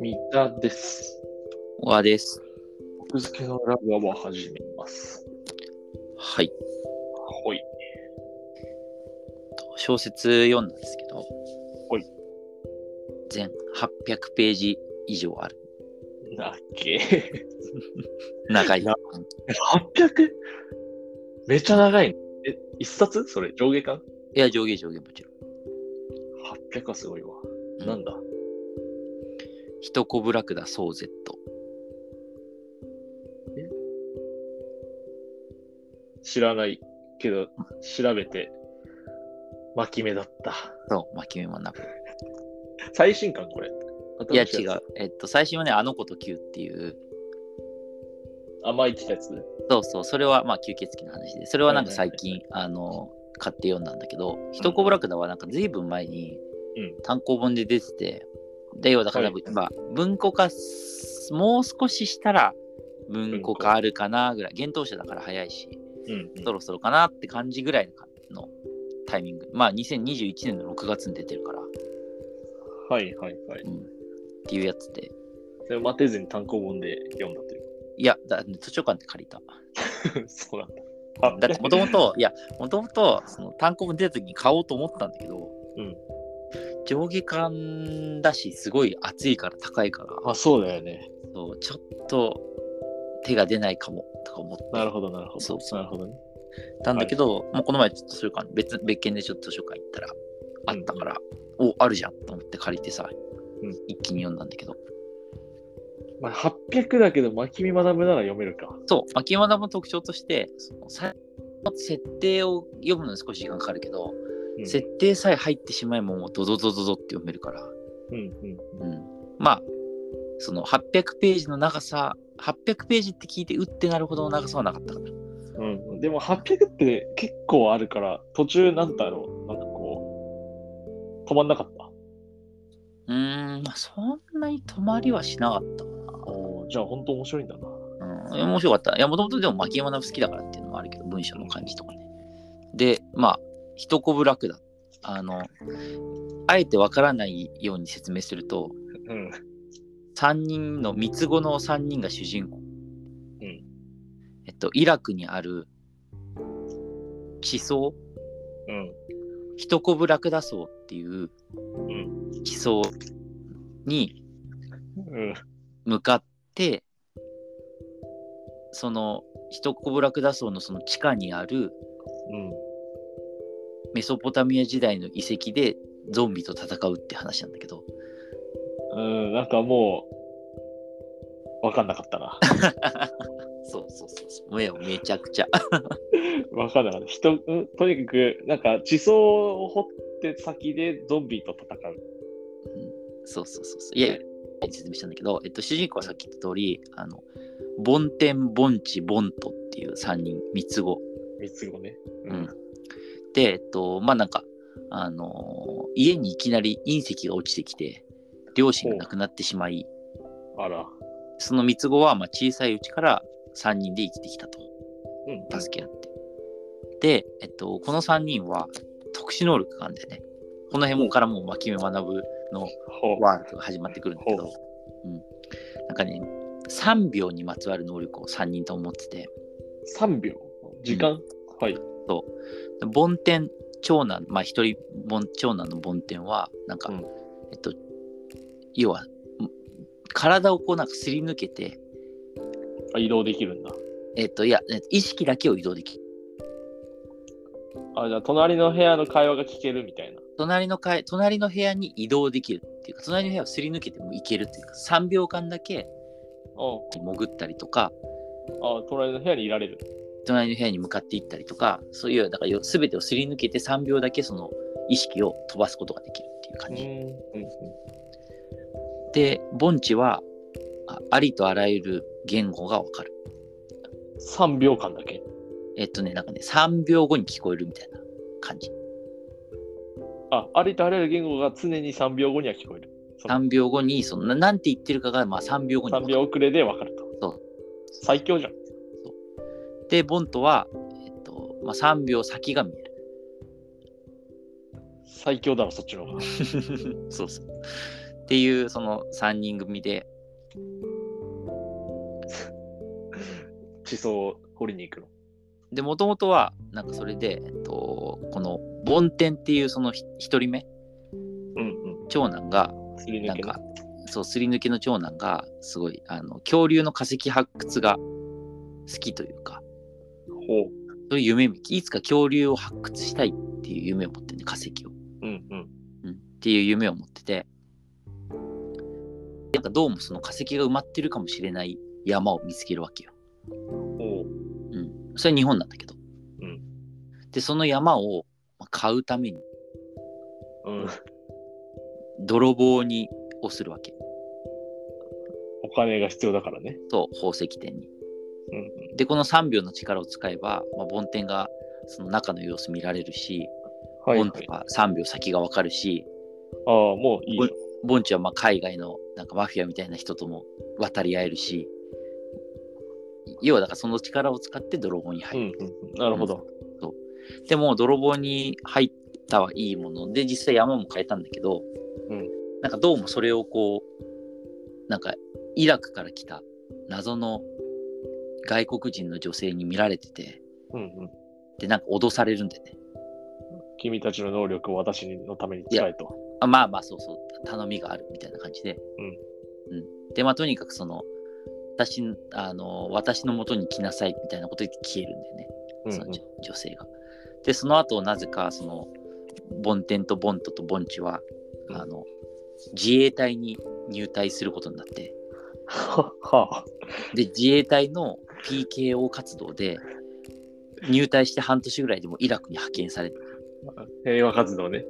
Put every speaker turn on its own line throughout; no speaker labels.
三田です。
和です。
奥付けのラブは始めます。
はい。
ほい。
小説読んだんですけど、
はい
全800ページ以上ある。
なっけ。
長い。
な 800? めっちゃ長いね。え、一冊それ、上下巻
いや、上下上下もちろ
?800 はすごいわ。
ん。
なんだ
一コブラクダソーゼット。
知らないけど、調べて、巻き目だった。
そう、巻き目もなく。
最新刊これ。
いや、
新し
違
つ
う。。えっと、最新はね、あの子と Q っていう、
甘い来たやつ。
そうそう、それはまあ吸血鬼の話で、それはなんか
はいはい
最近、あの、買って読んだんだけど、一コブラクダはなんか随分前に
うん
単行本で出てて、で、要はだから、
はい
まあ、文庫化す、もう少ししたら文庫化あるかなぐらい、幻冬舎だから早いし、
うん、うん
そろそろかなって感じぐらいのタイミング、まあ2021年の6月に出てるから、
はいはいはい。
うん、っていうやつで、
それを待てずに単行本で読んだという。
いや、だ図書館で借りた。
そう なんだ。
だってもともと、いや、もともと、その単行本出た時に買おうと思ったんだけど、
うん
上下巻だし、すごい暑いから高いから、
あ、そうだよね。
そうちょっと手が出ないかもとか思って
なるほどなるほど。
そうそう
なるほどね。
たんだけど、もうこの前ちょっと図書館、別別件でちょっと図書館行ったら、あったから、お、あるじゃんと思って借りてさ、
うん
一気に読んだんだけど、
まあ、800だけど、巻き見学ぶなら読めるか。
そう、秋山田の特徴として、そのさ設定を読むのに少し時間かかるけど、
うん
設定さえ入ってしまえばもうドドドドドって読めるから、
うんうん
う
うん
ん、まあその800ページの長さ800ページって聞いてうってなるほどの長さはなかったかな
うんでも800って結構あるから、途中なんだろう、なんかこう、止まんなかった。
うーんまあそんなに止まりはしなかったか
おーじゃあ本当面白いんだな。
な、うん、いや面白かったいやもともとでも牧山の好きだからっていうのもあるけど文章の感じとかねでまあ一コブラクダあのあえてわからないように説明すると
うん。
3人の三つ子の3人が主人公、
うん
えっとイラクにある地層
うん。
ヒトコブラクダ層っていう地層に
うん。
向かって、そのヒトコブラクダ層のその地下にある
うん。
メソポタミア時代の遺跡でゾンビと戦うって話なんだけど、
うん、なんかもう、わかんなかったな。
そうそうそうそう、目をめちゃくちゃ。
わかんなかった。人、うんとにかく、なんか地層を掘って先でゾンビと戦う。
そうそうそうそう。いや、説明したんだけど、えっと、主人公はさっき言った通り、あの、梵天、梵地、梵都っていう3人、三つ子
三つ子ね。う
うんで、えっと、まあなんか、あのー家にいきなり隕石が落ちてきて、両親が亡くなってしまい、
あら。
その三つ子はまあ小さいうちから3人で生きてきたと、
うん。
助け合って。で、えっと、この3人は特殊能力があるんだよね。この辺もからもう巻き目学ぶの
ほう。
ワールドが始まってくるんだけど
ほ、
うん、なんかね、3秒にまつわる能力を3人とも持ってて、
3秒。時間、はい。
梵天長男まあ一人梵長男の梵天はなんか、
うん
えっと要はん体をこうなんかすり抜けて
あ移動できるんだ。
えっといやえっと意識だけを移動できる
あ、じゃあ、隣の部屋の会話が聞けるみたいな。
隣の階隣の部屋に移動できるっていうか隣の部屋をすり抜けても行けるっていうか3秒間だけ
う
潜ったりとか
ん。あ、隣の部屋にいられる。
隣の部屋に向かって行ったりとかそういうだからよ全てをすり抜けて3秒だけその意識を飛ばすことができるっていう
う
感じ、
ん。うん。
で盆地はあありとあらゆる言語がわかる
3秒間だけ。
えっとね、なんかね、3秒後に聞こえるみたいな感じ。
あ、ありとあらゆる言語が常に3秒後には聞こえる。
3秒後に、そのななんて言ってるかが、まあ3秒後に分
3
かる。
秒遅れで分かると。
そう
最強じゃん。
で、ボントは、えっと、まあ3秒先が見える。
最強だろ、そっちの方が。
そうそう。っていうその3人組で、
地層を掘りに行くの。
で、もともとは、なんかそれで、えっと、この、梵天っていうそのひ一人目、
うん
長男が、
うん。すり
な
抜
ん
けな
か。、そう、すり抜けの長男が、すごい、あの、恐竜の化石発掘が好きというか、
ほう。
そういう夢見、いつか恐竜を発掘したいっていう夢を持ってね、化石を。
うんうん。
うんっていう夢を持ってて、なんかどうもその化石が埋まってるかもしれない山を見つけるわけよ。
ほう。
うん。それは日本なんだけど。
うん
で、その山をまあ買うために
うん。
泥棒にをするわけ。
お金が必要だからね。
そう、宝石店に。
うん
で、この3秒の力を使えば、まあ、梵天がその中の様子見られるし、
うん。はい、は
梵天
い。
は3秒先がわかるし、
ああ、もういいよ。
ボンチはまあ海外のなんかマフィアみたいな人とも渡り合えるし、要はだからその力を使って泥棒に
う
入
ん
る。
うん。なるほど。
でも泥棒に入ったはいいもので、実際山も変えたんだけど、
うん
なんかどうもそれをこう、なんかイラクから来た謎の外国人の女性に見られてて、
うんうん。
で、なんか脅されるんだよね。
君たちの能力を私のために使えと。
あまあまあそうそう頼みがあるみたいな感じで、うんでまあとにかくその私あの私の元に来なさいみたいなことで消えるんだよね、
うんう
その
ん
女女性がでその後なぜかそのボンテンとボントとボンチは、
うん
あの自衛隊に入隊することになって
ははあ。
で自衛隊の PKO 活動で入隊して半年ぐらいでもうイラクに派遣されて
平和活動ね。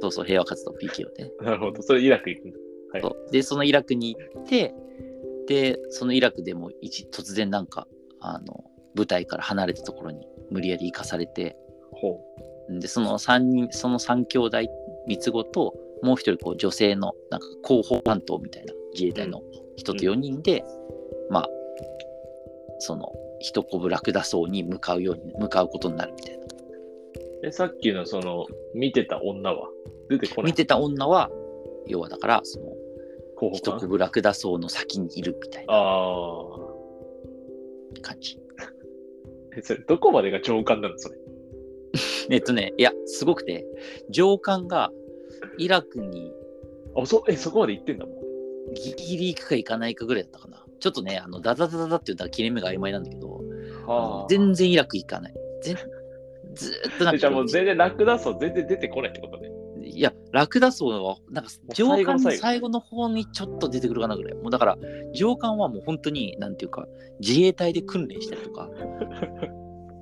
そうそう平和活動 PKO で、ね、
なるほど。それイラク行くんだ。
そうでそのイラクに行ってでそのイラクでも一突然なんかあの舞台から離れたところに無理やり行かされて
ほ
でその3人その3兄弟三つ子ともう一人こう女性のなんか広報担当みたいな自衛隊の人と4人で、まあその一コブラクダ層に向かうように向かうことになるみたいな
う。え、さっきのその、見てた女は出てこない。
見てた女は要はだからその
候補
一コ
かな
ブラクダ層の先にいるみたいな
ああ。
感じ
え、それ、どこまでが長官なのそれ。
えっとね、いや、すごくて、上官がイラクに
あ、そ、え、そこまで行ってんだもん。
ギリギリ行くか行かないかぐらいだったかな。ちょっとね、あのダダダダダって言ったら切れ目が曖昧なんだけど、あの全然イラク行かない。全ずーっとなん
え
か、
じゃあもう全然ラクダ層全然出てこないってことね。
いや、ラクダ層は、なんか
う
上
最後の
官の
最後
最後の方にちょっと出てくるかなぐらい。もうだから、上官はもう本当に、なんていうか、自衛隊で訓練したり とか、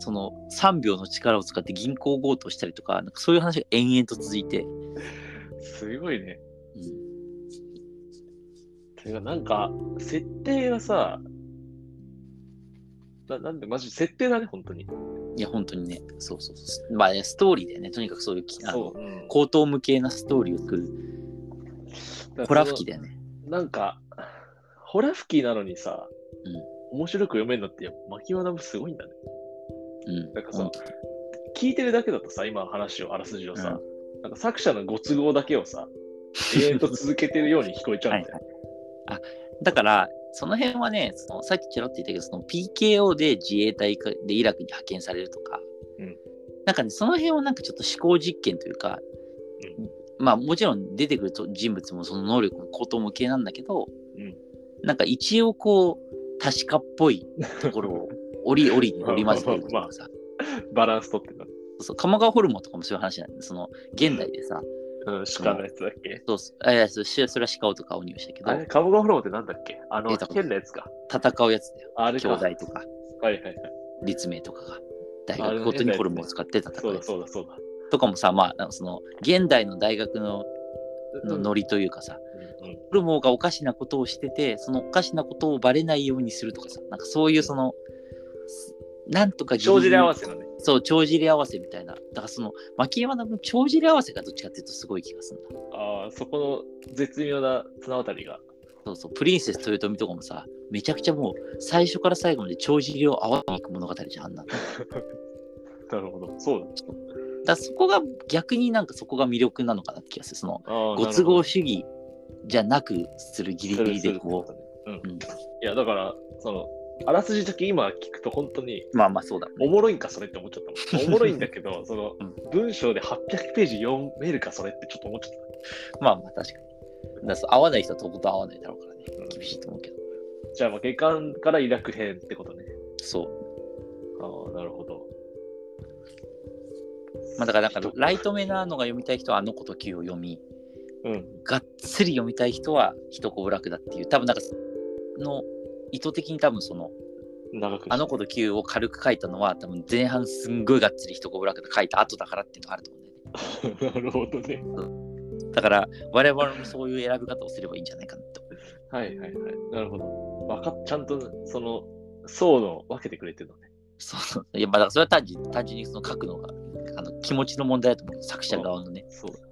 その3秒の力を使って銀行強盗したりとか、なんかそういう話が延々と続いて、
すごいね。
うん
てか、なんか、設定がさ、ななんで、マジ、設定だね、本当に。
いや、本当にね、そうそうそう。まあね、ストーリーでね、とにかくそういうきあの
そう。うん
高等無形なストーリーを作る、
だ
ホ
から
ラ
その
吹きだよね。
なんか、ホラ吹きなのにさ、
うん
面白く読めるのって、やっぱ牧原もすごいんだね。
うん。
なんか
う
さ
ん、
聞いてるだけだとさ、今の話を、あらすじをさ、
う
なんか作者のご都合だけを さ、永遠と続けてるように聞こえちゃうんだよ。
だから、その辺はね、そのさっきちらっと言ったけど、その PKO で自衛隊かでイラクに派遣されるとか、
うん
なんかね、その辺はなんかちょっと思考実験というか、まあもちろん出てくると人物もその能力も高等無形なんだけど、
うん
なんか一応こう、確かっぽいところを折り折りに織り交ぜてるというかさ、
バランス取ってた。
そう鴨川ホルモンとかもそういう話なんで、その現代でさ、
うん、鹿のやつだっけ
そうすあいやそうしそれは鹿をとか鬼をしたけど
あ、れ、カモガフローってなんだっけあ
え
の、
っと
変なやつか。
戦うやつだよ。
あれ
兄
か。
弟とか、
はいはいはい。
立命とかが、大
あれ
学
ね
ごとにホルモンを使って戦
そうう
や
だ
つ
そうだそうだ。
とかもさ、まあ、なんかその、現代の大学ののノリというか
うん
さ、
うん
ホルモンがおかしなことをしてて、そのおかしなことをバレないようにするとかさ、なんかそういうその、すなんとかギリギリ
帳尻合わせだね。
そう、帳尻合わせみたいな。だからその、牧山の帳尻合わせがどっちかっていうとすごい気がするんだ。
ああ、そこの絶妙な綱渡りが。
そうそう、プリンセス豊臣とかもさ、めちゃくちゃもう最初から最後まで帳尻を合わせにいく物語じゃん、あんなの。
なるほど。そうだ。
だからそこが逆になんかそこが魅力なのかなって気がする。その
ああ
ご都合主義じゃなくするギリギリでこ
う。うん
う、うん、
いや、だから、その、あらすじだけ今聞くと本当に、
まあまあそうだ
おもろいんかそれって思っちゃったもん。おもろいんだけ ど、その
うん、
文章で800ページ読めるかそれってちょっと思っちゃった。
まあまあ確かに。だからそう合わない人はとことん合わないだろうからね
うん。
厳しいと思うけど。
じゃあ、まあ、下巻からイラク編ってことね。
そう。
ああ、なるほど。
まあだからなんか
人
ライト目なのが読みたい人はあの子と球を読み、
うん。
がっつり読みたい人は一子楽だっていう、多分なんかの意図的に多分その
長く。
あの子と球を軽く書いたのは多分前半すんごいがっつり一子楽で書いた後だからっていうのがあると思うんだよ
な
ね。
るほどね。
だから我々もそういう選び方をすればいいんじゃないかなって思う。
はいはいはい。なるほど。わかっちゃんと、その、層の分けてくれてるのね。
そうそう。いやまあだからそれは単純単純にその書くのがあの気持ちの問題だと思う。作者側のね。
そうだね。